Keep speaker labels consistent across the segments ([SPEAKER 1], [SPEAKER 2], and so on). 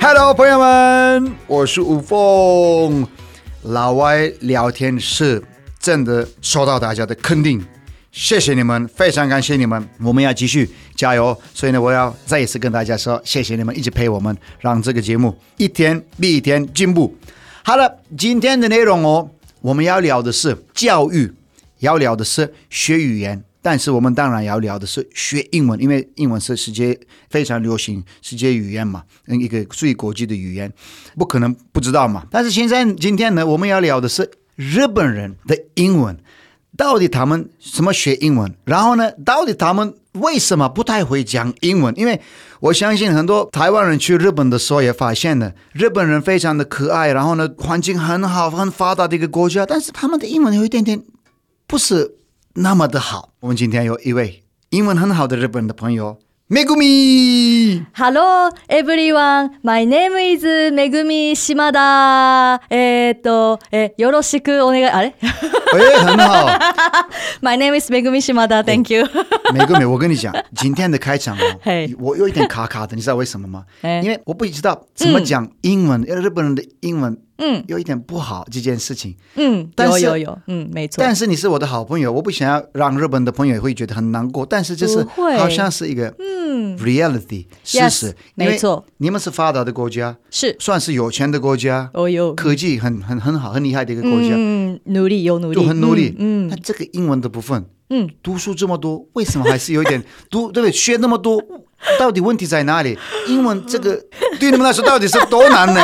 [SPEAKER 1] Hello，朋友们，我是吴凤。老外聊天室真的受到大家的肯定，谢谢你们，非常感谢你们，我们要继续加油。所以呢，我要再一次跟大家说，谢谢你们一直陪我们，让这个节目一天比一天进步。好了，今天的内容哦，我们要聊的是教育，要聊的是学语言。但是我们当然要聊的是学英文，因为英文是世界非常流行世界语言嘛，嗯一个最国际的语言，不可能不知道嘛。但是现在今天呢，我们要聊的是日本人的英文，到底他们怎么学英文？然后呢，到底他们为什么不太会讲英文？因为我相信很多台湾人去日本的时候也发现了，日本人非常的可爱，然后呢，环境很好、很发达的一个国家，但是他们的英文有一点点不是那么的好。我们今天有一位英文很好的日本的朋友，Megumi。
[SPEAKER 2] Hello everyone, my name is Megumi Shimada. えーっと、えよろしくお願い、あれ
[SPEAKER 1] 哎，很好
[SPEAKER 2] ?My name is Megumi Shimada, thank you.
[SPEAKER 1] ，Megumi。我跟你讲，今天的开场哦
[SPEAKER 2] 嘿，
[SPEAKER 1] 我有一点卡卡的，你知道为什么吗？
[SPEAKER 2] 哎
[SPEAKER 1] 因为我不知道怎么讲英文，因为日本人的英文
[SPEAKER 2] 嗯
[SPEAKER 1] 有一点不好这件事情。
[SPEAKER 2] 嗯、
[SPEAKER 1] 但
[SPEAKER 2] 有
[SPEAKER 1] 是
[SPEAKER 2] 有有、嗯、没错。
[SPEAKER 1] 但是你是我的好朋友，我不想要让日本的朋友会觉得很难过。但是这是
[SPEAKER 2] 不会
[SPEAKER 1] 好像是一个
[SPEAKER 2] 嗯，
[SPEAKER 1] reality 事
[SPEAKER 2] Yes，
[SPEAKER 1] 实，
[SPEAKER 2] 没
[SPEAKER 1] 因为
[SPEAKER 2] 错
[SPEAKER 1] 你们是发达的国家，
[SPEAKER 2] 是。
[SPEAKER 1] 算是有钱的国家，
[SPEAKER 2] 哦有。
[SPEAKER 1] 科技很很很好、很厉害的一个国家，
[SPEAKER 2] 嗯，努力有努力。
[SPEAKER 1] 就很努力。
[SPEAKER 2] 嗯
[SPEAKER 1] 那这个英文的部分，
[SPEAKER 2] 嗯
[SPEAKER 1] 读书这么多，为什么还是有一点读 对不对？学那么多，到底问题在哪里？英文这个 对你们来说到底是多难呢？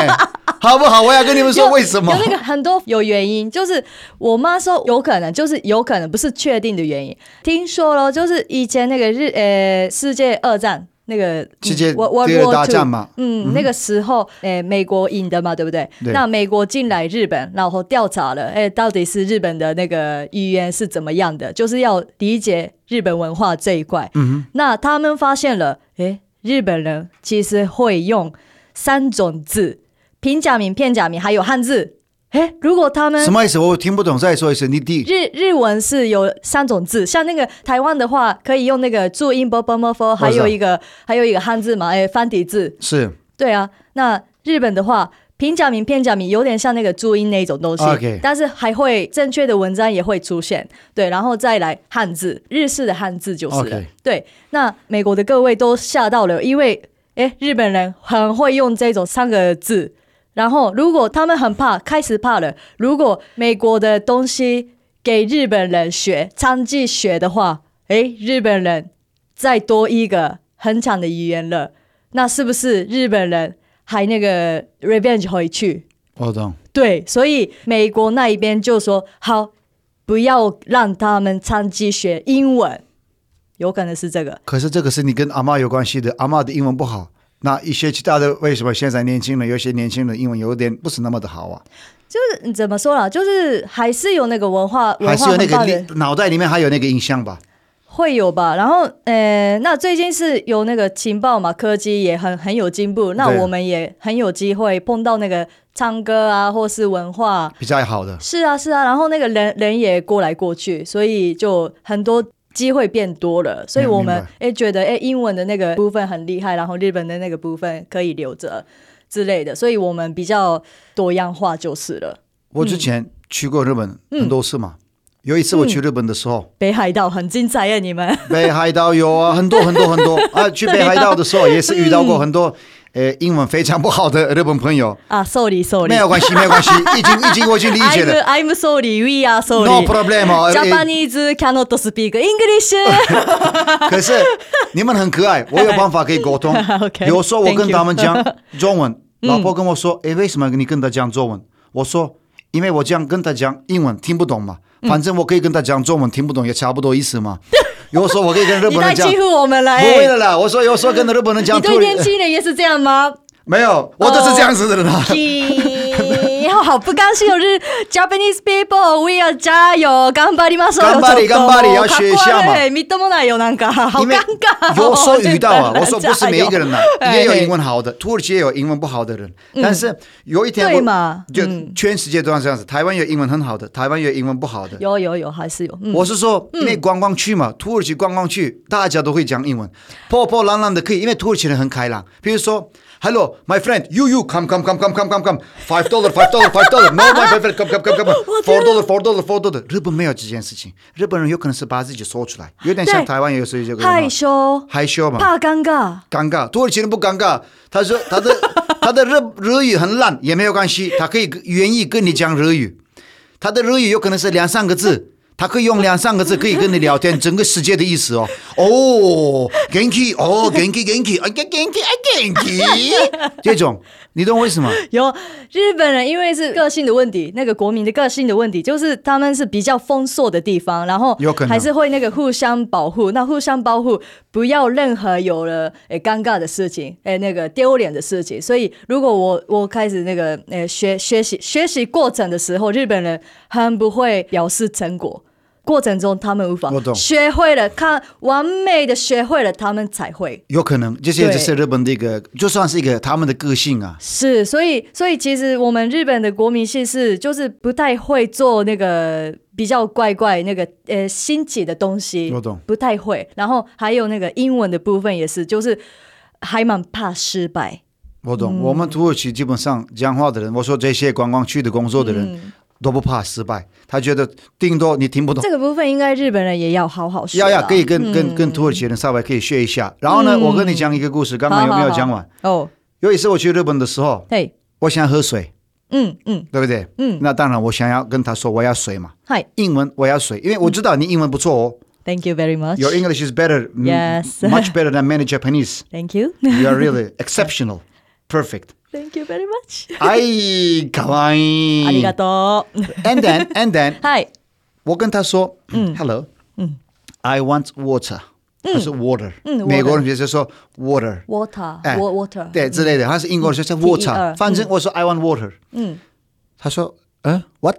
[SPEAKER 1] 好不好？我要跟你们说为什么
[SPEAKER 2] 有？那个很多有原因，就是我妈说有可能，就是有可能不是确定的原因。听说了，就是以前那个日呃世界二战那个嗯
[SPEAKER 1] 世界
[SPEAKER 2] 我我
[SPEAKER 1] 第二大战嘛
[SPEAKER 2] 嗯，那个时候呃美国赢的嘛，对不对？
[SPEAKER 1] 对
[SPEAKER 2] 那美国进来日本，然后调查了，哎，到底是日本的那个语言是怎么样的，就是要理解日本文化这一块。
[SPEAKER 1] 嗯
[SPEAKER 2] 那他们发现了，诶，日本人其实会用三种字：平假名、片假名，还有汉字。诶，如果他
[SPEAKER 1] 哼，
[SPEAKER 2] 们
[SPEAKER 1] 什么意思？我听不懂，再说一次。你第
[SPEAKER 2] 日日文是有三种字，像那个台湾的话，可以用那个注音 b b m f，还有一个还有一个汉字嘛，诶，繁体字。
[SPEAKER 1] 是
[SPEAKER 2] 对啊，那日本的话。平假名、片假名有点像那个注音那一种东西
[SPEAKER 1] OK
[SPEAKER 2] 但是还会正确的文章也会出现，对，然后再来汉字，日式的汉字就是了
[SPEAKER 1] OK
[SPEAKER 2] 对。那美国的各位都吓到了，因为诶日本人很会用这种三个字，然后如果他们很怕，开始怕了，如果美国的东西给日本人学，长期学的话，诶日本人再多一个很强的语言了。那是不是日本人还那个 revenge 回去？
[SPEAKER 1] 我懂。
[SPEAKER 2] 对，所以美国那一边就说好，不要让他们长期学英文，有可能是这个。
[SPEAKER 1] 可是这个是你跟阿妈有关系的，阿妈的英文不好。那一些其他的，为什么现在年轻人有些年轻人英文有点不是那么的好啊？
[SPEAKER 2] 嗯怎么说啦？就是还是有那个文化
[SPEAKER 1] 还
[SPEAKER 2] 文
[SPEAKER 1] 是
[SPEAKER 2] 化
[SPEAKER 1] 有那
[SPEAKER 2] 很
[SPEAKER 1] 个
[SPEAKER 2] 棒
[SPEAKER 1] 力
[SPEAKER 2] 的，
[SPEAKER 1] 脑袋里面还有那个印象吧？
[SPEAKER 2] 会有吧。然后呃，那最近是有那个情报嘛，科技也很很有进步，那
[SPEAKER 1] 对
[SPEAKER 2] 我们也很有机会碰到那个唱歌啊，或是文化啊、
[SPEAKER 1] 比较好的。
[SPEAKER 2] 是啊，是啊，然后那个人人也过来过去，所以就很多机会变多了。所以我
[SPEAKER 1] 嗯明
[SPEAKER 2] 们
[SPEAKER 1] 白
[SPEAKER 2] 诶觉得诶英文的那个部分很厉害，然后日本的那个部分可以留着之类的，所以我们比较多样化就是了。
[SPEAKER 1] 我之前去过日本很多次嘛，有一次我去日本的时候，
[SPEAKER 2] 北海道很精彩耶，你们
[SPEAKER 1] 啊北海道有啊，很多很多很多啊。去北海道的时候也是遇到过很多呃英文非常不好的日本朋友，
[SPEAKER 2] 啊，sorry sorry，
[SPEAKER 1] 没有关系，没有关系，已经已经我已经理解 了。
[SPEAKER 2] I'm I'm sorry, we are sorry.
[SPEAKER 1] No problem. 呃
[SPEAKER 2] Japanese cannot speak English.。
[SPEAKER 1] 可是你们很可爱，我有办法可以沟通
[SPEAKER 2] OK，
[SPEAKER 1] 有时候我
[SPEAKER 2] thank
[SPEAKER 1] 跟
[SPEAKER 2] you
[SPEAKER 1] 他们讲中文，老婆跟我 说：“嗯哎诶，为什么你跟他讲中文？”我说：“因为我这样跟他讲英文听不懂嘛，
[SPEAKER 2] 嗯
[SPEAKER 1] 反正我可以跟他讲中文听不懂也差不多意思 嘛。”有时候我可以跟日
[SPEAKER 2] 你
[SPEAKER 1] 本
[SPEAKER 2] 在
[SPEAKER 1] 人讲，
[SPEAKER 2] 欺
[SPEAKER 1] 不
[SPEAKER 2] 负我们了、
[SPEAKER 1] 会
[SPEAKER 2] 欸？
[SPEAKER 1] 了啦。我说有时候跟日本人讲
[SPEAKER 2] 你
[SPEAKER 1] 突
[SPEAKER 2] 对
[SPEAKER 1] 然
[SPEAKER 2] 年，轻人也是这样吗？
[SPEAKER 1] 没有，我都是这样子的人啊。
[SPEAKER 2] 你好不甘心，我是 Japanese people, we are 加油，頑張りましょ
[SPEAKER 1] 頑
[SPEAKER 2] う。
[SPEAKER 1] 張り
[SPEAKER 2] ち
[SPEAKER 1] 頑
[SPEAKER 2] ょっと
[SPEAKER 1] 張り
[SPEAKER 2] もう
[SPEAKER 1] 要学一下嘛
[SPEAKER 2] かっこ悪いみっともないよなんか好
[SPEAKER 1] 因为
[SPEAKER 2] 尴尬、
[SPEAKER 1] 有
[SPEAKER 2] 哦。
[SPEAKER 1] 时候遇到啊， 我说不是每一个人呐、也有英
[SPEAKER 2] 文。
[SPEAKER 1] 文好的，土耳其也有英文不好的人。但是有一天
[SPEAKER 2] 嗯对嘛嗯
[SPEAKER 1] 我就全世界都是这样子，台湾有英文很好的，台湾有英文不好的。
[SPEAKER 2] 有有有，还是有。嗯，嗯
[SPEAKER 1] 我是说，因为观光区嘛，土耳其观光区大家都会讲英文，破破烂烂的可以，因为土耳其人很开朗。比如说，Hello, my friend, you you come come come come come come come five dollar five dollar five dollar no my friend come come come come four dollar four dollar four dollar。日本没有这件事情，日本人有可能是把自己说出来，有点像
[SPEAKER 2] 对
[SPEAKER 1] 台湾有时候这个人啊
[SPEAKER 2] 害羞，
[SPEAKER 1] 害羞嘛。
[SPEAKER 2] 怕尴尬。
[SPEAKER 1] 尴尬，土耳其人不尴尬，他说他 的他的日日语很烂也没有关系，他可以愿意跟你讲日语，他的日语有可能是两三个字。他可以用两三个字可以跟你聊 天，整个世界的意思哦。哦，元気，哦，元気，元気，啊，元気，啊，元 気，这种，你懂我意思吗？
[SPEAKER 2] 有日本人，因为是个性的问题，那个国民的个性的问题，就是他们是比较封锁的地方，然后
[SPEAKER 1] 有可能
[SPEAKER 2] 还是会那个互相保护。那互相保护，不要任何有了诶尴尬的事情，诶那个丢脸的事情。所以如果我我开始那个诶学学习学习过程的时候，日本人很不会表示成果。过程中，他们无法
[SPEAKER 1] 我懂
[SPEAKER 2] 学会了，看完美的学会了，他们才会
[SPEAKER 1] 有可能，这些
[SPEAKER 2] 对
[SPEAKER 1] 这是日本的一个，就算是一个他们的个性啊。
[SPEAKER 2] 是，所以所以其实我们日本的国民性是，就是不太会做那个比较怪怪那个呃新奇的东西，
[SPEAKER 1] 我懂
[SPEAKER 2] 不太会。然后还有那个英文的部分也是，就是还蛮怕失败。
[SPEAKER 1] 我
[SPEAKER 2] 嗯
[SPEAKER 1] 懂，我们土耳其基本上讲话的人，我说这些观光区的工作的人、都不怕失败，他觉得顶多你听不懂。
[SPEAKER 2] 嗯这个啊嗯部分应该日本人也要好好学啦。
[SPEAKER 1] 要要可以跟跟跟土耳其人稍微可以学一下。然后呢，
[SPEAKER 2] 嗯
[SPEAKER 1] 我跟你讲一个故事，刚刚有没有讲完？
[SPEAKER 2] 哦，
[SPEAKER 1] 有一次我去日本的时候，
[SPEAKER 2] 嘿，
[SPEAKER 1] 我想喝水，
[SPEAKER 2] 嗯嗯，
[SPEAKER 1] 对不对？
[SPEAKER 2] 嗯，
[SPEAKER 1] 那当然我想要跟他说我要水嘛，
[SPEAKER 2] 嗨
[SPEAKER 1] 英文我要水，因为我知道你英文不错 哦。
[SPEAKER 2] ，Thank you very much。
[SPEAKER 1] Your English is better, m-
[SPEAKER 2] Yes.
[SPEAKER 1] much better than many Japanese.
[SPEAKER 2] Thank you.
[SPEAKER 1] You are really exceptional, perfect.
[SPEAKER 2] Thank you very much.
[SPEAKER 1] 哎，可爱。
[SPEAKER 2] ありがとう。
[SPEAKER 1] And then, and then,
[SPEAKER 2] はい。
[SPEAKER 1] 我跟他说，嗯，Hello，
[SPEAKER 2] 嗯
[SPEAKER 1] ，I want water，他说 water，
[SPEAKER 2] 嗯
[SPEAKER 1] 美国人直接说 water，
[SPEAKER 2] Water.
[SPEAKER 1] 哎
[SPEAKER 2] wa- Water.
[SPEAKER 1] 对之类的，他是英国人，叫 water，
[SPEAKER 2] 嗯
[SPEAKER 1] 反正我说 I want water，
[SPEAKER 2] 嗯，
[SPEAKER 1] 他说嗯 what，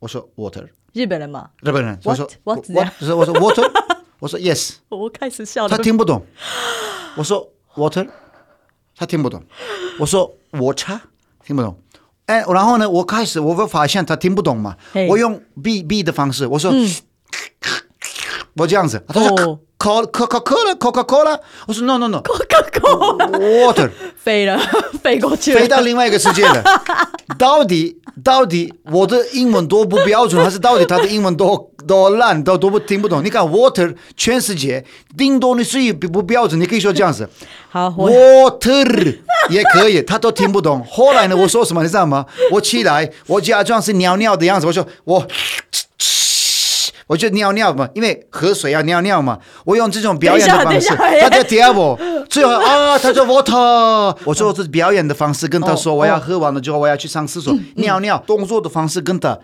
[SPEAKER 1] 我说 water，
[SPEAKER 2] 日本人嘛，
[SPEAKER 1] 日本人，他说
[SPEAKER 2] What？What？
[SPEAKER 1] 他说我说 water，我 说 yes，
[SPEAKER 2] 我开始笑了
[SPEAKER 1] 他。听不懂，我说 water，他听不懂，我说我茶听不懂。哎，然后呢？我开始我会发现他听不懂嘛
[SPEAKER 2] 嘿，嗯
[SPEAKER 1] 我用 b b 的方式，我说、我这样子，他说
[SPEAKER 2] 哦
[SPEAKER 1] coca coca cola coca cola，我说 no no no
[SPEAKER 2] 我刚过
[SPEAKER 1] water，
[SPEAKER 2] 飞了， 飞过去了，
[SPEAKER 1] 飞到另外一个世界了。到底到底我的英文多不标准，还是到底他的英文多多烂，都多不听不懂？你看 water 全世界，顶多你是一不标准，你可以说这样子
[SPEAKER 2] 好，我
[SPEAKER 1] water 也可以，他都听不懂。 后来呢，我说什么你知道吗？我起来，我假装是尿尿的样子，我说我。 我就尿尿嘛，因为喝水要尿尿嘛。我用这种表演的
[SPEAKER 2] 等一
[SPEAKER 1] 方式
[SPEAKER 2] 下等一，下
[SPEAKER 1] 他在点我，最后啊，他说 water，我说我这是表演的方式，跟他说
[SPEAKER 2] 哦嗯
[SPEAKER 1] 我要喝完了之后我要去上厕所尿尿，动作的方式跟他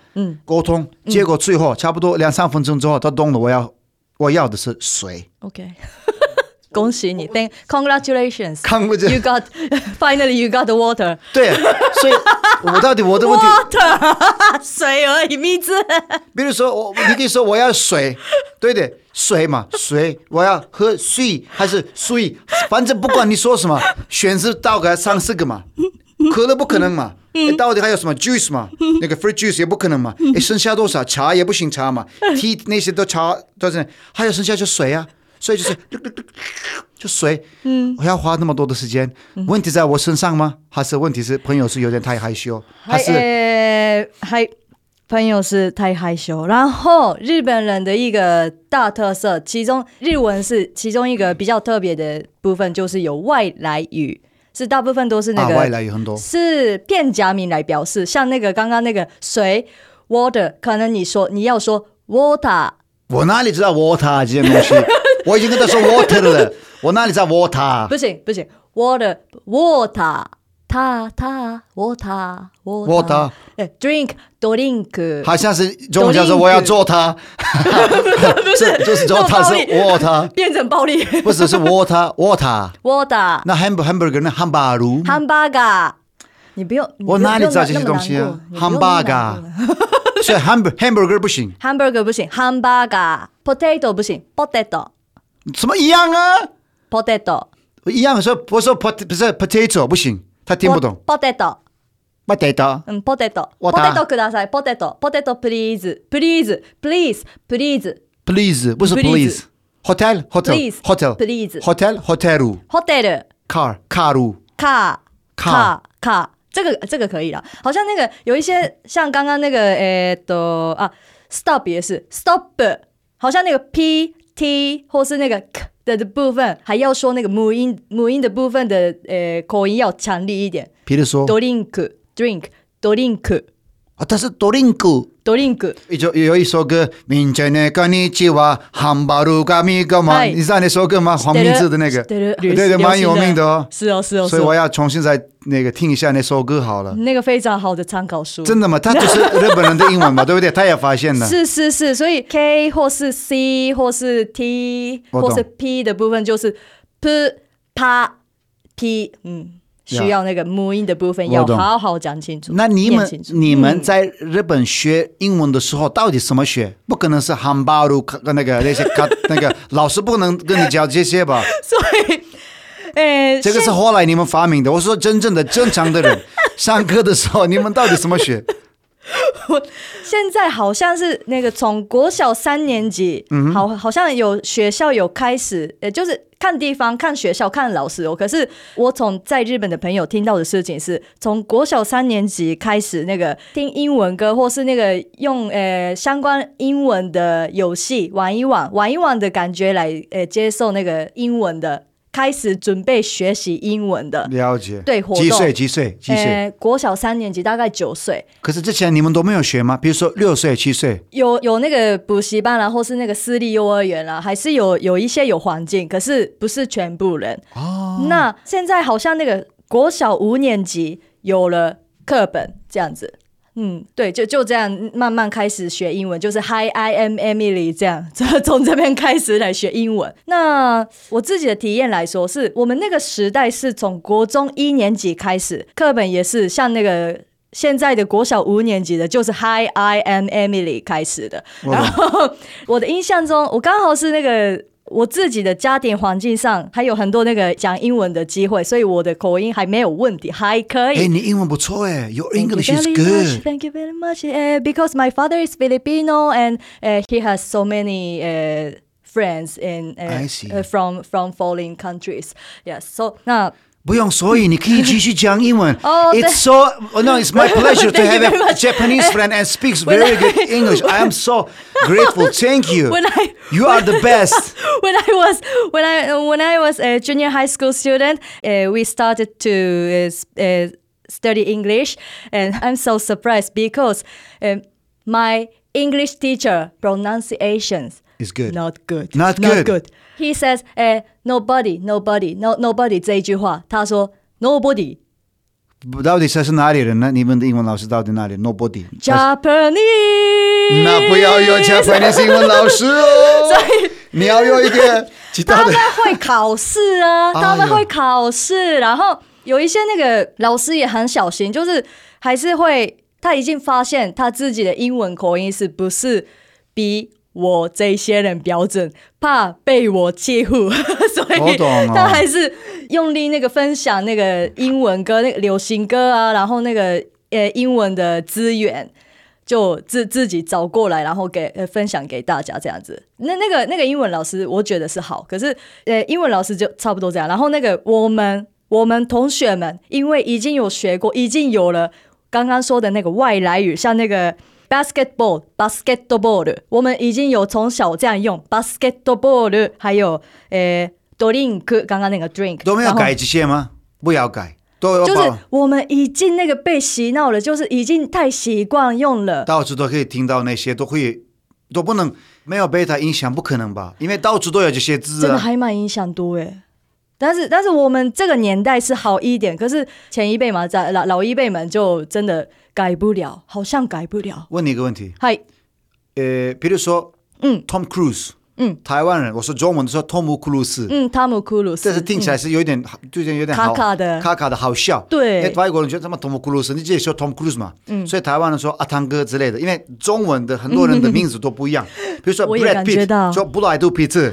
[SPEAKER 1] 沟通，结果最后差不多两三分钟之后，他懂了，我要我要的是水。
[SPEAKER 2] OK 。 恭喜你，Thank congratulations.
[SPEAKER 1] 看不见
[SPEAKER 2] You got finally you got the water.
[SPEAKER 1] 对，所以我到底我的问题，
[SPEAKER 2] 水而已，蜜汁。
[SPEAKER 1] 比如说我，你可以说我要水，对的，水嘛，水，我要喝水还是水，反正不管你说什么，选择到个三四个嘛，可乐不可能嘛，诶到底还有什么 juice 嘛，那个 fruit juice 也不可能嘛，诶剩下多少茶也不行茶嘛，tea 那些都茶都是，还有剩下就水啊，所以就是就水，嗯，我要花那么多的时间，问题在我身上吗？还是问题是朋友是有点太害羞，
[SPEAKER 2] 哎
[SPEAKER 1] 还是？
[SPEAKER 2] 呃，还朋友是太害羞。然后日本人的一个大特色，其中日文是其中一个比较特别的部分，就是有外来语。是大部分都是那
[SPEAKER 1] 啊，
[SPEAKER 2] 个、
[SPEAKER 1] 外来有很多
[SPEAKER 2] 是片假名来表示，像那个刚刚那个水 water，可能你说你要说 water，
[SPEAKER 1] 我哪里知道 water 这件东 西？我已经跟他说 water 了，我哪里知道 water？
[SPEAKER 2] 不行不行，water water，它它 water
[SPEAKER 1] water
[SPEAKER 2] 哎 drink drink，
[SPEAKER 1] 好像是中文叫做我
[SPEAKER 2] 그
[SPEAKER 1] 要做 它，不是 就是做它
[SPEAKER 2] 那
[SPEAKER 1] 是
[SPEAKER 2] 我暴力
[SPEAKER 1] water，
[SPEAKER 2] 变成暴力
[SPEAKER 1] 不是是 water water。
[SPEAKER 2] water
[SPEAKER 1] 那 ham hamburger 呢？汉堡炉
[SPEAKER 2] hamburger，你不用，你
[SPEAKER 1] 我
[SPEAKER 2] 不用
[SPEAKER 1] 哪里知道
[SPEAKER 2] 那
[SPEAKER 1] 这些东西啊
[SPEAKER 2] 那么难过你不用那么难过
[SPEAKER 1] 所以 hamburger hamburger 不行，
[SPEAKER 2] hamburger 不行，hamburger，potato 不行，potato，potato，
[SPEAKER 1] 怎么一样啊？一样说我说 pot 不是 potato 不行，他
[SPEAKER 2] 뭐?
[SPEAKER 1] 听不懂。
[SPEAKER 2] ，potato，
[SPEAKER 1] 不得的，
[SPEAKER 2] 嗯，potato，potato
[SPEAKER 1] 我答
[SPEAKER 2] potato ください，potato，potato please，please，please，please，hotel，hotel，hotel，hotel，hotel，
[SPEAKER 1] please 不是
[SPEAKER 2] Please
[SPEAKER 1] please hotel hotel
[SPEAKER 2] Please
[SPEAKER 1] hotel
[SPEAKER 2] Please
[SPEAKER 1] hotel hotel car car
[SPEAKER 2] car
[SPEAKER 1] Car
[SPEAKER 2] car car，这个这个可以了，好像那个有一些像刚刚那个诶的啊，stop 也是 stop，好像那个 p t 或是那个 k 的的部分，还要说那个母音母音的部分的呃口音要强力一点
[SPEAKER 1] 比如说
[SPEAKER 2] ，drink drink drink
[SPEAKER 1] 啊，但是 drink。
[SPEAKER 2] drink，
[SPEAKER 1] 有有一首歌，明天的跟你计划，汉堡如咖米干嘛？
[SPEAKER 2] 嗨
[SPEAKER 1] 你知道那首歌吗？黄明志的那个，对
[SPEAKER 2] 对
[SPEAKER 1] 对，蛮有名的哦。
[SPEAKER 2] 是哦是哦，
[SPEAKER 1] 所以我要重新再那个听一下那首歌好了。
[SPEAKER 2] 那个非常好的参考书。
[SPEAKER 1] 真的吗？ 他就是日本人的英文嘛，对不对？他也发现了。
[SPEAKER 2] 是是是，所以 K 或是 C 或是 T
[SPEAKER 1] 我懂
[SPEAKER 2] 或是 P 的部分就是 P、啪 P，嗯，
[SPEAKER 1] 呀
[SPEAKER 2] 需要那个母音的部分
[SPEAKER 1] 我
[SPEAKER 2] 要
[SPEAKER 1] 懂
[SPEAKER 2] 好好讲清楚。
[SPEAKER 1] 那你
[SPEAKER 2] 念
[SPEAKER 1] 们
[SPEAKER 2] 清楚
[SPEAKER 1] 你们在日本学英文的时候，到底什么
[SPEAKER 2] 嗯
[SPEAKER 1] 学？不可能是汉堡如那个那些 那个老师不能跟你讲这些吧？
[SPEAKER 2] 所以，诶、
[SPEAKER 1] 这个是
[SPEAKER 2] 现
[SPEAKER 1] 后来你们发明的。我说真正的正常的人 上课的时候，你们到底什么学？
[SPEAKER 2] 现在好像是那个从国小三年级，好好像有学校有开始，也就是看地方、看学校、看老师哦。可是我从在日本的朋友听到的事情是，从国小三年级开始，那个听英文歌，或是那个用呃相关英文的游戏玩一玩，玩一玩的感觉来呃接受那个英文的，开始准备学习英文的。
[SPEAKER 1] 了解。
[SPEAKER 2] 对活动
[SPEAKER 1] 几岁？几岁？几岁？
[SPEAKER 2] 呃，国小三年级大概九岁，
[SPEAKER 1] 可是之前你们都没有学吗？比如说六岁、七岁，
[SPEAKER 2] 有有那个补习班啦，或是那个私立幼儿园啦，啊还是有有一些有环境，可是不是全部人。哦，那现在好像那个国小五年级有了课本这样子。嗯，对，就就这样慢慢开始学英文，就是 Hi, I am Emily 这样，从这边开始来学英文。那我自己的体验来说，是我们那个时代是从国中一年级开始，课本也是像那个现在的国小五年级的，就是 Hi, I am Emily 开始的。然后我的印象中，我刚好是那个。我自己的家庭环境上还有很多那个讲英文的机会，所以我的口音还没有问题，还可以。
[SPEAKER 1] 哎，你英文不错哎，Your
[SPEAKER 2] Thank you
[SPEAKER 1] English is
[SPEAKER 2] very much,
[SPEAKER 1] good。
[SPEAKER 2] Thank you very much. Uh, because my father is Filipino and uh, he has so many uh, friends in uh,
[SPEAKER 1] I see.
[SPEAKER 2] uh, from from foreign countries. Yes. So 那
[SPEAKER 1] 不用，所以你可以继续讲英文。
[SPEAKER 2] 哦对
[SPEAKER 1] It's so oh, no, it's my pleasure to
[SPEAKER 2] Thank
[SPEAKER 1] have
[SPEAKER 2] you very
[SPEAKER 1] a
[SPEAKER 2] much.
[SPEAKER 1] Japanese friend and speaks very good English. I am so grateful. Thank you.
[SPEAKER 2] when I
[SPEAKER 1] You are the best.
[SPEAKER 2] when I was when I uh, when I was a junior high school student, uh, we started to uh, s- uh, study English, and I'm so surprised because um, my English teacher pronunciations
[SPEAKER 1] It's good.
[SPEAKER 2] not good,
[SPEAKER 1] Not good.
[SPEAKER 2] He says, uh, "Nobody, nobody, no nobody." 这一句话，他说 "Nobody."
[SPEAKER 1] 到底他是哪里人呢？你们的英文老师到底哪里？Nobody。
[SPEAKER 2] Japanese，
[SPEAKER 1] 那不要有 Japanese 英文老师 哦。你要有一个其他
[SPEAKER 2] 他
[SPEAKER 1] 的
[SPEAKER 2] 们。会考试啊，
[SPEAKER 1] 哎呦
[SPEAKER 2] 他们会考试，
[SPEAKER 1] 哎
[SPEAKER 2] 然后有一些那个老师也很小心，就是还是会，他已经发现他自己的英文口音是不是比我这些人标准，怕被我欺负， 所
[SPEAKER 1] 我
[SPEAKER 2] 以
[SPEAKER 1] 懂啊了
[SPEAKER 2] 他还是用力那个分享那个英文歌、那个流行歌啊，然后那个呃英文的资源。就自自己找过来，然后给、呃、分享给大家这样子。那那个那个英文老师，我觉得是好，可是呃，英文老师就差不多这样。然后那个我们我们同学们，因为已经有学过，已经有了刚刚说的那个外来语，像那个 basketball basketball，我们已经有从小这样用 basketball，还有呃 drink，刚刚那个 drink
[SPEAKER 1] 都没有
[SPEAKER 2] 然后
[SPEAKER 1] 改这些吗？不要改，都要
[SPEAKER 2] 就是
[SPEAKER 1] 把
[SPEAKER 2] 我们已经那个被洗脑了，就是已经太习惯用了。
[SPEAKER 1] 到处都可以听到那些，都会都不能没有被它影响，不可能吧？因为到处都有这些字
[SPEAKER 2] 真的
[SPEAKER 1] 啊。
[SPEAKER 2] 还蛮影响多诶。但是但是我们这个年代是好一点，可是前一辈嘛，在老老一辈们就真的改不了，好像改不了。
[SPEAKER 1] 问你一个问题，
[SPEAKER 2] 嗨，
[SPEAKER 1] 呃，比如说，
[SPEAKER 2] 嗯
[SPEAKER 1] ，Tom Cruise，
[SPEAKER 2] 嗯，
[SPEAKER 1] 台湾人，我说中文的时候，汤姆·克鲁斯，
[SPEAKER 2] 嗯，汤姆库鲁斯，
[SPEAKER 1] 但是听起来是有点，最近有点
[SPEAKER 2] 嗯卡
[SPEAKER 1] 好
[SPEAKER 2] 卡的
[SPEAKER 1] 卡卡的好笑。
[SPEAKER 2] 对
[SPEAKER 1] 因为外国人觉得他妈 Tom Cruise，你自己说 Tom Cruise 嘛，嗯，所以台湾人说阿汤哥之类的，因为中文的很多人的名字都不 一样，比如说
[SPEAKER 2] 我也
[SPEAKER 1] Brad
[SPEAKER 2] 感觉到啊
[SPEAKER 1] Pitt，说布莱德皮特，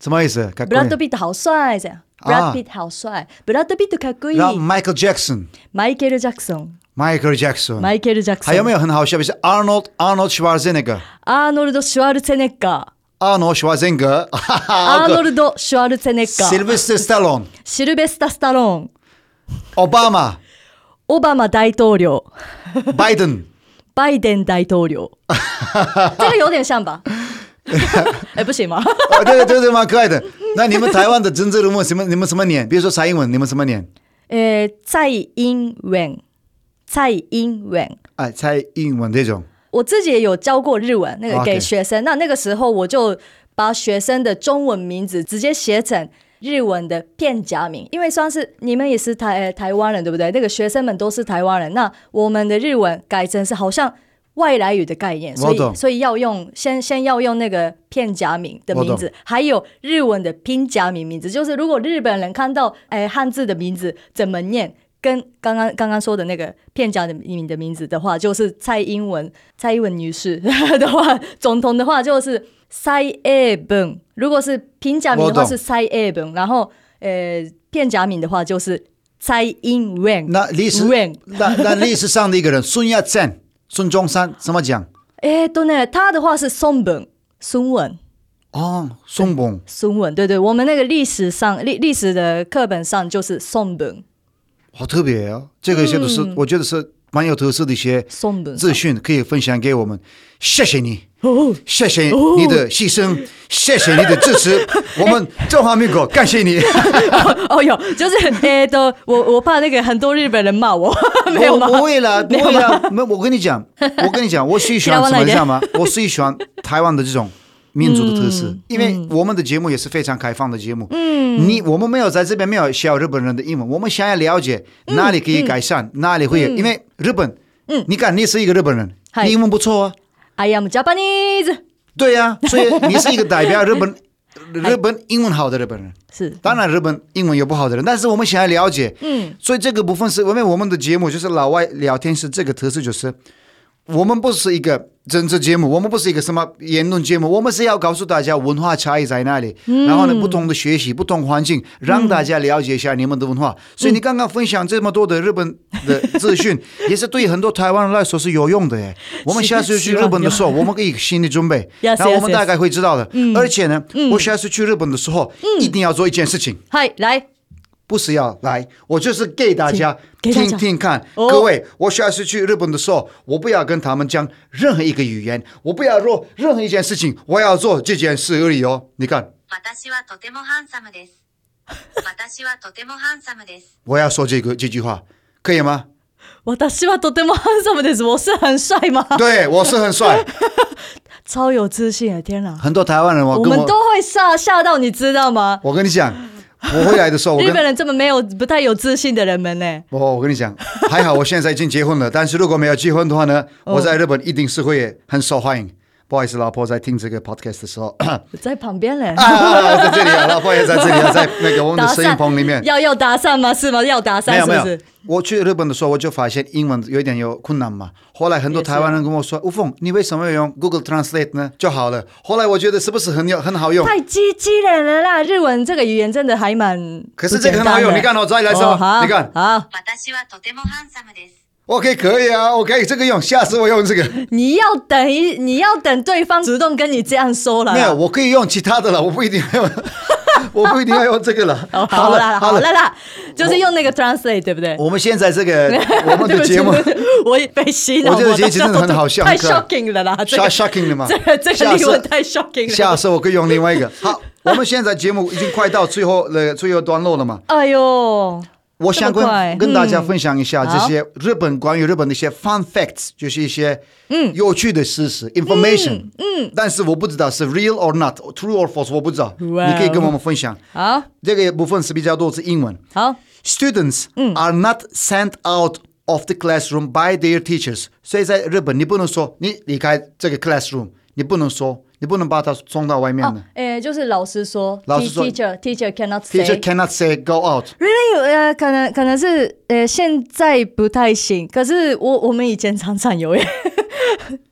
[SPEAKER 1] 什么意思？看过
[SPEAKER 2] ，Brad
[SPEAKER 1] 没
[SPEAKER 2] Pitt 好帅じゃん
[SPEAKER 1] 啊
[SPEAKER 2] ，Brad Pitt 好帅，Brad Pitt かっこいい
[SPEAKER 1] 然。后 Michael Jackson，Michael
[SPEAKER 2] マイケル・ジャクソン。
[SPEAKER 1] Jackson，
[SPEAKER 2] マイケル・ジャクソン。
[SPEAKER 1] 还有没有很好笑？比如说 Arnold Arnold Schwarzenegger，Arnold
[SPEAKER 2] アーノルド・シュワルツェネッガ
[SPEAKER 1] Schwarzenegger，哈
[SPEAKER 2] ー。
[SPEAKER 1] 哈
[SPEAKER 2] アー ノ
[SPEAKER 1] ，OK
[SPEAKER 2] ルド・シュワルツェネッガー。
[SPEAKER 1] ，Sylvester Stallone，Obama，
[SPEAKER 2] シルベスタ・スタローン。オバマ大統領。
[SPEAKER 1] Biden，
[SPEAKER 2] バイデン大統 領。这个有点像吧？哎，不行 吗？
[SPEAKER 1] 哦，对对对对，蛮可爱的。那你们台湾的政治人物什么？你们什么年？比如说蔡英文，你们什么年？
[SPEAKER 2] えー、蔡英文。蔡英文。
[SPEAKER 1] 哎，蔡英文这种
[SPEAKER 2] 我自己也有教过日文，那个
[SPEAKER 1] OK
[SPEAKER 2] 给学生。那那个时候我就把学生的中文名字直接写成日文的片假名，因为算是你们也是台、呃台湾人，对不对？那个学生们都是台湾人，那我们的日文改成是好像外来语的概念，所
[SPEAKER 1] 我懂
[SPEAKER 2] 以所以要用先先要用那个片假名的名
[SPEAKER 1] 我
[SPEAKER 2] 字，还有日文的拼假名名字，就是如果日本人看到哎汉字的名字怎么念，跟刚刚刚刚说的那个片假名的名字的话，就是蔡英文蔡英文女士 的话，总统的话就是蔡英文，如果是平假名的
[SPEAKER 1] 我
[SPEAKER 2] 话
[SPEAKER 1] 懂
[SPEAKER 2] 是蔡英文，然后呃片假名的话就是蔡英文。
[SPEAKER 1] 那历史
[SPEAKER 2] 文
[SPEAKER 1] 那那历史上的一个人，孙亚赞、孙中山怎么讲？
[SPEAKER 2] 哎，对呢，他的话是松本松文。
[SPEAKER 1] 哦，松本。
[SPEAKER 2] 松本，对对，我们那个历史上历历史的课本上就是松本，
[SPEAKER 1] 好特别哦！这个些都是、我觉得是蛮有特色的一些
[SPEAKER 2] 松本
[SPEAKER 1] 资讯，可以分享给我们。谢谢你，
[SPEAKER 2] 哦，
[SPEAKER 1] 谢谢你的牺牲，谢谢你的支 持，我们中华民国感谢你。
[SPEAKER 2] 哦哟，就是 诶都我我怕那个很多日本人骂 我， 没有
[SPEAKER 1] 不
[SPEAKER 2] 吗？
[SPEAKER 1] 不会啦，不
[SPEAKER 2] 没有
[SPEAKER 1] 会
[SPEAKER 2] 吗？
[SPEAKER 1] 啦。没有，我跟你讲，我跟你讲，我最喜欢
[SPEAKER 2] 台湾
[SPEAKER 1] 什么，
[SPEAKER 2] 来
[SPEAKER 1] 你
[SPEAKER 2] 的
[SPEAKER 1] 知道吗？我最喜欢台湾的这种民族的特
[SPEAKER 2] 嗯
[SPEAKER 1] 色，因为我们的节目也是非常开放的节目。嗯，你我们没有在这边没有学日本人的英文，我们想要了解哪里可
[SPEAKER 2] 嗯
[SPEAKER 1] 以改善，哪里会，因为日本，嗯，你看你是一个日本人，
[SPEAKER 2] 嗨
[SPEAKER 1] 你英文不错啊，
[SPEAKER 2] I am Japanese，
[SPEAKER 1] 对呀、所以你是一个代表日本日本英文好的日本人。
[SPEAKER 2] 是
[SPEAKER 1] 当然，日本英文有不好的人，但是我们想要了解，嗯，所以这个部分是因为我们的节目就是老外聊天是这个特色，就是我们不是一个政治节目，我们不是一个什么言论节目，我们是要告诉大家文化差异在哪里，然后呢，不同的学习、不同环境，让大家了解一下你们的文化。所以你刚刚分享这么多的日本的资讯，也是对很多台湾人来说是有用的耶。我们下次去日本的时候，我们可以心理准备，
[SPEAKER 2] Yes, 嗯
[SPEAKER 1] 然后我
[SPEAKER 2] yes,
[SPEAKER 1] 们
[SPEAKER 2] yes.
[SPEAKER 1] 大概会知道的。而且呢，我下次去日本的时候，
[SPEAKER 2] 嗯
[SPEAKER 1] 一定要做一件事情。
[SPEAKER 2] 嗨来，
[SPEAKER 1] 不是要来，我就是给大家
[SPEAKER 2] 请给大
[SPEAKER 1] 听
[SPEAKER 2] 家
[SPEAKER 1] 听看。
[SPEAKER 2] 哦
[SPEAKER 1] 各位，我下次去日本的时候，我不要跟他们讲任何一个语言，我不要做任何一件事情，我要做这件事而已哦。你看，
[SPEAKER 3] 私はとてもハンサムです。私はとてもハンサムです。
[SPEAKER 1] 我要说这个这句话，可以 吗？
[SPEAKER 2] 我的希望都对吗？什么的，我是很帅吗？
[SPEAKER 1] 对，我是很帅，
[SPEAKER 2] 超有自信啊！天哪，
[SPEAKER 1] 很多台湾人我
[SPEAKER 2] 我
[SPEAKER 1] 跟我
[SPEAKER 2] 们都会吓吓到，你知道吗？
[SPEAKER 1] 我跟你讲，我回来的时候，我
[SPEAKER 2] 日
[SPEAKER 1] 跟
[SPEAKER 2] 本人这么没有不太有自信的人们呢？
[SPEAKER 1] 哦我、我跟你讲，
[SPEAKER 2] 哦
[SPEAKER 1] 还好我现在已经结婚了，但是如果没有结婚的话呢，我在日本一定是会很受欢迎。不好意思，老婆在听这个 podcast 的时候， 啊，
[SPEAKER 2] 我在旁边嘞。
[SPEAKER 1] 在这里啊，老婆也在这里啊，在那个我们
[SPEAKER 2] 搭
[SPEAKER 1] 的摄影
[SPEAKER 2] 讪
[SPEAKER 1] 棚里 面。
[SPEAKER 2] 要要搭讪吗？是吗？要搭讪
[SPEAKER 1] 没有
[SPEAKER 2] 是
[SPEAKER 1] 没
[SPEAKER 2] 不
[SPEAKER 1] 有
[SPEAKER 2] 是？，
[SPEAKER 1] 我去日本的时候我就发现英文有一点有困难嘛。后来很多
[SPEAKER 2] 也是
[SPEAKER 1] 台湾人跟我说：“吴凤，你为什么要用 Google Translate 呢？就好了。”后来我觉得是不是很有很好用？
[SPEAKER 2] 太机器人了啦！日文这个语言真的还蛮……
[SPEAKER 1] 可是这个很好用，你看我、再来一次
[SPEAKER 2] 哦
[SPEAKER 1] 哦、
[SPEAKER 2] 好，
[SPEAKER 1] 你看
[SPEAKER 2] 好，
[SPEAKER 3] 私はとてもハンサムです。
[SPEAKER 1] ，OK 可以啊，OK 这个用，下次我用 这个。
[SPEAKER 2] 你要等一，你要等对方主动跟你这样说了啦。
[SPEAKER 1] 没有，我可以用其他的了，我不一定要用， 我不一定要用这个了。
[SPEAKER 2] 哦，
[SPEAKER 1] 好
[SPEAKER 2] 好
[SPEAKER 1] 了
[SPEAKER 2] 了
[SPEAKER 1] 好
[SPEAKER 2] 好
[SPEAKER 1] 了
[SPEAKER 2] 了，啦，就是用那个 translate，对不对？
[SPEAKER 1] 我们现在这个 我们
[SPEAKER 2] 对
[SPEAKER 1] 的
[SPEAKER 2] 不起
[SPEAKER 1] 节目
[SPEAKER 2] 哎对不起 我也被洗脑，
[SPEAKER 1] 我觉得这集真的很好笑
[SPEAKER 2] 太
[SPEAKER 1] 很可爱
[SPEAKER 2] shocking 了啦，啊这个
[SPEAKER 1] shock- shocking 了吗？
[SPEAKER 2] 这个这
[SPEAKER 1] 下
[SPEAKER 2] 个
[SPEAKER 1] 次
[SPEAKER 2] 例文太 shocking 了。
[SPEAKER 1] 下次我可以用另外一个。 好，我们现在节目已经快到最后了，最后段落了嘛。
[SPEAKER 2] 哎呦，
[SPEAKER 1] 我想
[SPEAKER 2] 这么快
[SPEAKER 1] 跟跟大家
[SPEAKER 2] 嗯
[SPEAKER 1] 分享一下这
[SPEAKER 2] 好
[SPEAKER 1] 些日本关于日本的一些 fun facts，就是一些嗯有趣的事实 information。嗯，但是我不知道是 real or not，true or false，我不知道。
[SPEAKER 2] 哇哦
[SPEAKER 1] 你可以跟我们分享。
[SPEAKER 2] 好
[SPEAKER 1] 这个部分是比较多是英文。
[SPEAKER 2] 好
[SPEAKER 1] Students are not sent out of the classroom by their teachers。所以在日本，你不能说你离开这个 classroom，你不能说，你不能把他送到外面
[SPEAKER 2] 哦
[SPEAKER 1] 的。，
[SPEAKER 2] 诶，就是老师说，
[SPEAKER 1] 老师说
[SPEAKER 2] te- teacher teacher cannot say
[SPEAKER 1] Teacher cannot say go out。
[SPEAKER 2] Really，呃，可能可能是呃，现在不太行，可是我我们以前常常有耶。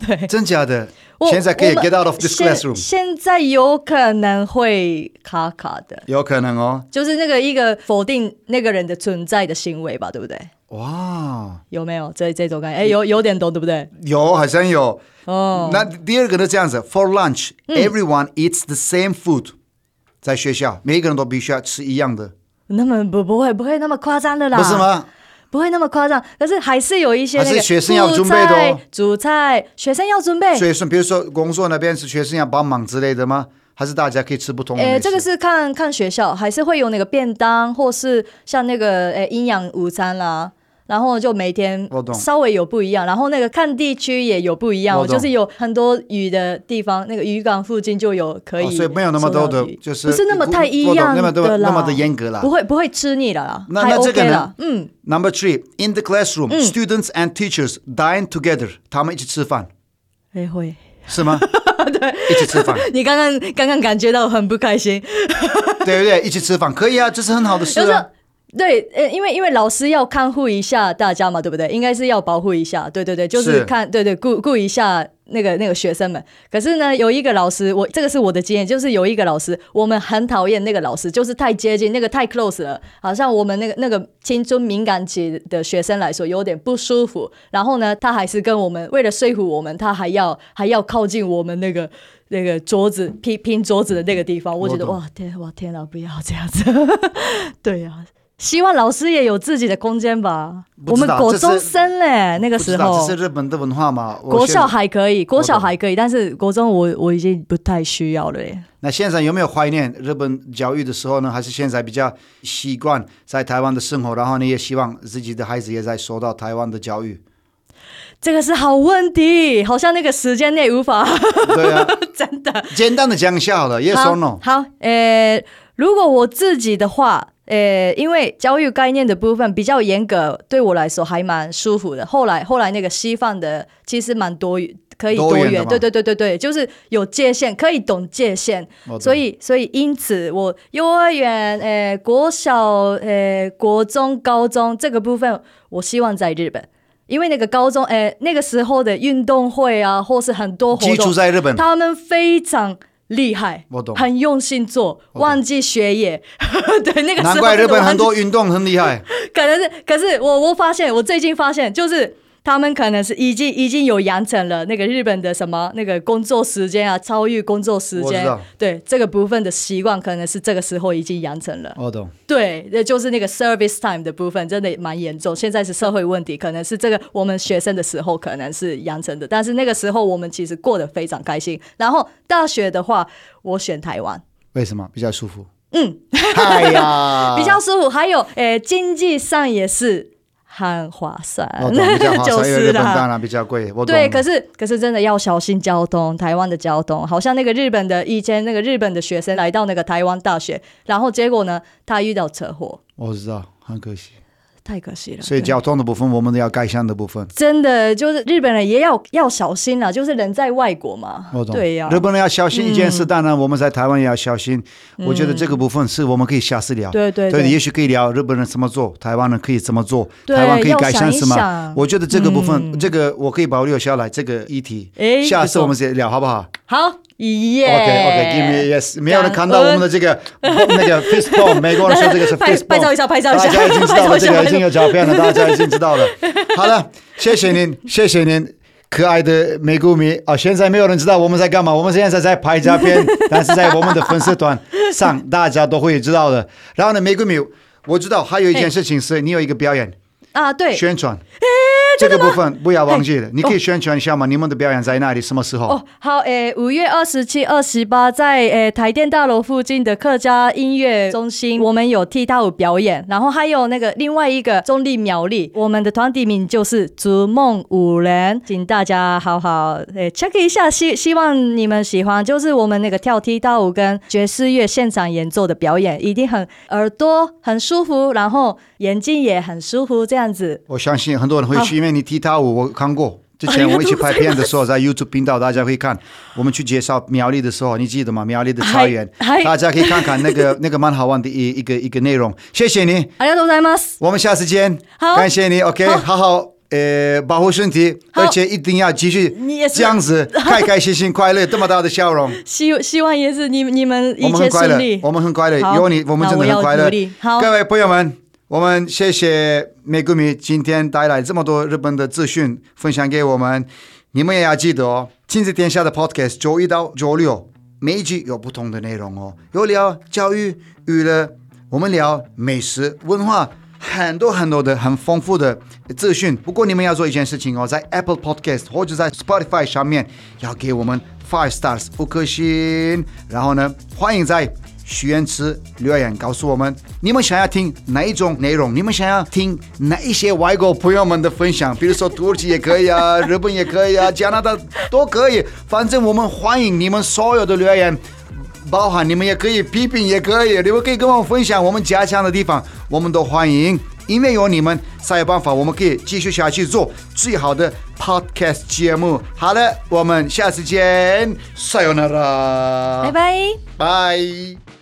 [SPEAKER 2] 对，
[SPEAKER 1] 真假的？
[SPEAKER 2] 我
[SPEAKER 1] 现在可以
[SPEAKER 2] 我们
[SPEAKER 1] get out of this
[SPEAKER 2] 现
[SPEAKER 1] classroom，
[SPEAKER 2] 现在有可能会卡卡的，
[SPEAKER 1] 有可能哦。
[SPEAKER 2] 就是那个一个否定那个人的存在的行为吧，对不对？
[SPEAKER 1] 哇，
[SPEAKER 2] 有没有这这种
[SPEAKER 1] 嗯
[SPEAKER 2] 感觉？哎，有有点懂，对不对？
[SPEAKER 1] 有好像有。
[SPEAKER 2] 哦，
[SPEAKER 1] 那第二个呢？这样子，for lunch、everyone eats the same food。在学校，每一个人都必须要吃一样的，
[SPEAKER 2] 那么不不会不会那么夸张的啦，
[SPEAKER 1] 不是？吗？
[SPEAKER 2] 不会那么夸张，可是还是有一些那
[SPEAKER 1] 还
[SPEAKER 2] 个
[SPEAKER 1] 是学生要准备的哦
[SPEAKER 2] 主菜，主菜学生要准备，
[SPEAKER 1] 学生，比如说工作那边是学生要帮忙之类的吗？还是大家可以吃不同的美
[SPEAKER 2] 诶，
[SPEAKER 1] 食？
[SPEAKER 2] 哎这个是看看学校，还是会有那个便当，或是像那个诶营养午餐啦。然后就每天
[SPEAKER 1] 我懂
[SPEAKER 2] 稍微有不一样，然后那个看地区也有不一样
[SPEAKER 1] 我
[SPEAKER 2] 哦，
[SPEAKER 1] 懂
[SPEAKER 2] 就是有很多鱼的地方，那个渔港附近就有可以、
[SPEAKER 1] 哦所以没有那么多的就是
[SPEAKER 2] 不是那么太一
[SPEAKER 1] 我懂
[SPEAKER 2] 样
[SPEAKER 1] 那么多
[SPEAKER 2] 的啦，
[SPEAKER 1] 那么的严格啦
[SPEAKER 2] 不会不会吃腻的啦，
[SPEAKER 1] 那
[SPEAKER 2] 还
[SPEAKER 1] 那这个
[SPEAKER 2] OK
[SPEAKER 1] 呢
[SPEAKER 2] 啦，嗯，
[SPEAKER 1] Number three, in the classroom, students and teachers dine together。他们一起吃饭，
[SPEAKER 2] 哎会，
[SPEAKER 1] 是吗？对，一起吃饭，
[SPEAKER 2] 你刚刚刚刚感觉到很不开心，
[SPEAKER 1] 对不对？一起吃饭可以啊，这是很好的事
[SPEAKER 2] 就是
[SPEAKER 1] 啊。
[SPEAKER 2] 对，呃，因为因为老师要看护一下大家嘛，对不对？应该是要保护一下，对对对，就是
[SPEAKER 1] 是
[SPEAKER 2] 看，对对，顾顾一下那个那个学生们。可是呢，有一个老师，我这个是我的经验，就是有一个老师，我们很讨厌那个老师，就是太接近，那个太 close 了，好像我们那个那个青春敏感期的学生来说有点不舒服。然后呢，他还是跟我们为了说服我们，他还要还要靠近我们那个。那个桌子拼拼桌子的那个地方，我觉得
[SPEAKER 1] 我懂
[SPEAKER 2] 哇天哇天哪，不要这样子。 对呀、希望老师也有自己的空间吧。
[SPEAKER 1] 不
[SPEAKER 2] 我
[SPEAKER 1] 知
[SPEAKER 2] 们
[SPEAKER 1] 道
[SPEAKER 2] 国
[SPEAKER 1] 这是
[SPEAKER 2] 中生嘞，那个
[SPEAKER 1] 不知
[SPEAKER 2] 时
[SPEAKER 1] 道
[SPEAKER 2] 候
[SPEAKER 1] 这是日本的文化嘛？我
[SPEAKER 2] 国
[SPEAKER 1] 现
[SPEAKER 2] 小还可以，国
[SPEAKER 1] 我
[SPEAKER 2] 小
[SPEAKER 1] 懂
[SPEAKER 2] 还可以，但是国中我我已经不太需要了耶。
[SPEAKER 1] 那现在有没有怀念日本教育的时候呢？还是现在比较习惯在台湾的生活，然后呢也希望自己的孩子也在受到台湾的教育？
[SPEAKER 2] 这个是好问题，好像那个时间内无法，
[SPEAKER 1] 对啊，
[SPEAKER 2] 真的。
[SPEAKER 1] 简单的讲一下好了，yes
[SPEAKER 2] 好
[SPEAKER 1] or no？
[SPEAKER 2] 好，呃，如果我自己的话，呃，因为教育概念的部分比较严格，对我来说还蛮舒服的。后来后来那个西方的其实蛮多元，可以
[SPEAKER 1] 多
[SPEAKER 2] 多
[SPEAKER 1] 元的
[SPEAKER 2] 元，
[SPEAKER 1] 嘛
[SPEAKER 2] 对对对对对，就是有界限，可以懂界限
[SPEAKER 1] 我。懂
[SPEAKER 2] 所以所以因此我幼儿园、呃国小、呃国中、高中这个部分，我希望在日本。因为那个高中，呃，那个时候的运动会啊，或是很多活
[SPEAKER 1] 基
[SPEAKER 2] 动，
[SPEAKER 1] 础在日本，
[SPEAKER 2] 他们非常厉害，
[SPEAKER 1] 嗯我懂
[SPEAKER 2] 很用心做，忘记学业。 对，那个时候
[SPEAKER 1] 难怪日
[SPEAKER 2] 真的
[SPEAKER 1] 本
[SPEAKER 2] 忘
[SPEAKER 1] 很
[SPEAKER 2] 记
[SPEAKER 1] 多运动很厉 害。
[SPEAKER 2] 可能是，可是我我发现，我最近发现，就是他们可能是已经已经有养成了那个日本的什么那个工作时间啊，超越工作时
[SPEAKER 1] 我知
[SPEAKER 2] 间
[SPEAKER 1] 道，
[SPEAKER 2] 对这个部分的习惯，可能是这个时候已经养成了。
[SPEAKER 1] 我哦懂。
[SPEAKER 2] 对，那就是那个 service time 的部分，真的蛮严重。现在是社会问题，可能是这个我们学生的时候可能是养成的，但是那个时候我们其实过得非常开心。然后大学的话，我选台湾。
[SPEAKER 1] 为什么比较舒服？嗯，哎呀，
[SPEAKER 2] 比较舒服，还有诶、经济上也是很划算
[SPEAKER 1] 我哦懂，啊比较，划
[SPEAKER 2] 就
[SPEAKER 1] 算，因为
[SPEAKER 2] 是
[SPEAKER 1] 日本当
[SPEAKER 2] 啦。
[SPEAKER 1] 然比较贵。我懂
[SPEAKER 2] 对，可是可是真的要小心交通，台湾的交通，好像那个日本的以前那个日本的学生来到那个台湾大学，然后结果呢，他遇到车祸，
[SPEAKER 1] 我知道，很可惜。
[SPEAKER 2] 太可惜了。
[SPEAKER 1] 所以
[SPEAKER 2] 对
[SPEAKER 1] 交通的部分，我们要改善的部分。
[SPEAKER 2] 真的就是日本人也要要小心啦，就是人在外国嘛
[SPEAKER 1] 我，懂。
[SPEAKER 2] 对呀、
[SPEAKER 1] 日本人要小心一件事，当然我们在台湾也要小心。我觉得这个部分是我们可以下次聊。
[SPEAKER 2] 嗯对对
[SPEAKER 1] 对，
[SPEAKER 2] 对
[SPEAKER 1] 也许可以聊日本人怎么做，台湾人可以怎么做，
[SPEAKER 2] 对
[SPEAKER 1] 台湾可以
[SPEAKER 2] 要
[SPEAKER 1] 改善
[SPEAKER 2] 想一
[SPEAKER 1] 什么
[SPEAKER 2] 想。嗯
[SPEAKER 1] 我觉得这个部分，这个我可以保留下来这个议题
[SPEAKER 2] 诶，
[SPEAKER 1] 下
[SPEAKER 2] 不
[SPEAKER 1] 次
[SPEAKER 2] 错
[SPEAKER 1] 我们再聊好不好？
[SPEAKER 2] 好，耶
[SPEAKER 1] OK OK，Give me a yes。没有人看到我们的这个那个 fist bump，美国人说这个 是
[SPEAKER 2] 拍
[SPEAKER 1] fist bump。
[SPEAKER 2] 嗯拍照一下拍照一下
[SPEAKER 1] 大家已经知道了，
[SPEAKER 2] 拍照一下
[SPEAKER 1] 这个已经有照片了，大家已经知道了。好了，谢谢您，谢谢您。可爱的美股迷啊、现在没有人知道我们在干嘛，我们现在在拍照片，但是在我们的粉丝团上大家都会知道的。然后呢，美股迷，我知道还有一件事情是你有一个表演
[SPEAKER 2] 啊，对，
[SPEAKER 1] 宣传，这个部分不要忘记了，
[SPEAKER 2] 哎
[SPEAKER 1] 你可以宣传一下吗？你们的表演在哪里？什么时候？
[SPEAKER 2] 哦，好，诶，五月二十七、二十八，在诶台电大楼附近的客家音乐中心，我们有踢踏舞表演，然后还有那个另外一个中立苗栗，我们的团体名就是逐梦五人，请大家好好诶 check 一下，希希望你们喜欢，就是我们那个跳踢踏舞跟爵士乐现场演奏的表演，一定很耳朵很舒服，然后眼睛也很舒服，这样子。
[SPEAKER 1] 我相信很多人会去，因为你踢踏舞我看 过。之前
[SPEAKER 2] 哎呀
[SPEAKER 1] 我们一起拍片的时候，在 YouTube 频道大家会看。我们去介绍苗栗的时候，你记得吗？苗栗的草原
[SPEAKER 2] 还，还
[SPEAKER 1] 大家可以看看那 个那个蛮好玩的一一个一个内容。谢谢你，
[SPEAKER 2] ありがとうございます。
[SPEAKER 1] 我们下次见。
[SPEAKER 2] 好
[SPEAKER 1] 感谢你。OK，好
[SPEAKER 2] 好
[SPEAKER 1] 好呃保护身体，
[SPEAKER 2] 好
[SPEAKER 1] 而且一定要继续
[SPEAKER 2] 你也是
[SPEAKER 1] 这样 子开开心心、快乐，这么大的笑容。
[SPEAKER 2] 希希望也是你你们
[SPEAKER 1] 我
[SPEAKER 2] 一
[SPEAKER 1] 们
[SPEAKER 2] 切
[SPEAKER 1] 很快乐
[SPEAKER 2] 顺利，。
[SPEAKER 1] 我们很快乐，
[SPEAKER 2] 好
[SPEAKER 1] 有你，我们真的
[SPEAKER 2] 那
[SPEAKER 1] 很
[SPEAKER 2] 我要
[SPEAKER 1] 快乐
[SPEAKER 2] 努力。好
[SPEAKER 1] 各位朋友们，我们谢谢美谷米今天带来这么多日本的资讯分享给我们，你们也要记得哦，亲子天下的 Podcast 周一到周六每一集有不同的内容哦，有聊教育、娱乐，我们聊美食文化。很多很多的很丰富的资讯，不过你们要做一件事情哦，在 Apple Podcast 或者在 Spotify 上面要给我们 five stars 五颗星，然后呢，欢迎在许愿池留言告诉我们，你们想要听哪一种内容？你们想要听哪一些外国朋友们的分享？比如说土耳其也可以啊，日本也可以啊，加拿大都可以。反正我们欢迎你们所有的留言，包含你们也可以批评，也可以，你们可以跟我们分享我们加强的地方，我们都欢迎。因为有你们才有办法，我们可以继续下去做最好的 podcast 节目。好了，我们下次见，さよなら，
[SPEAKER 2] 拜拜。
[SPEAKER 1] 拜。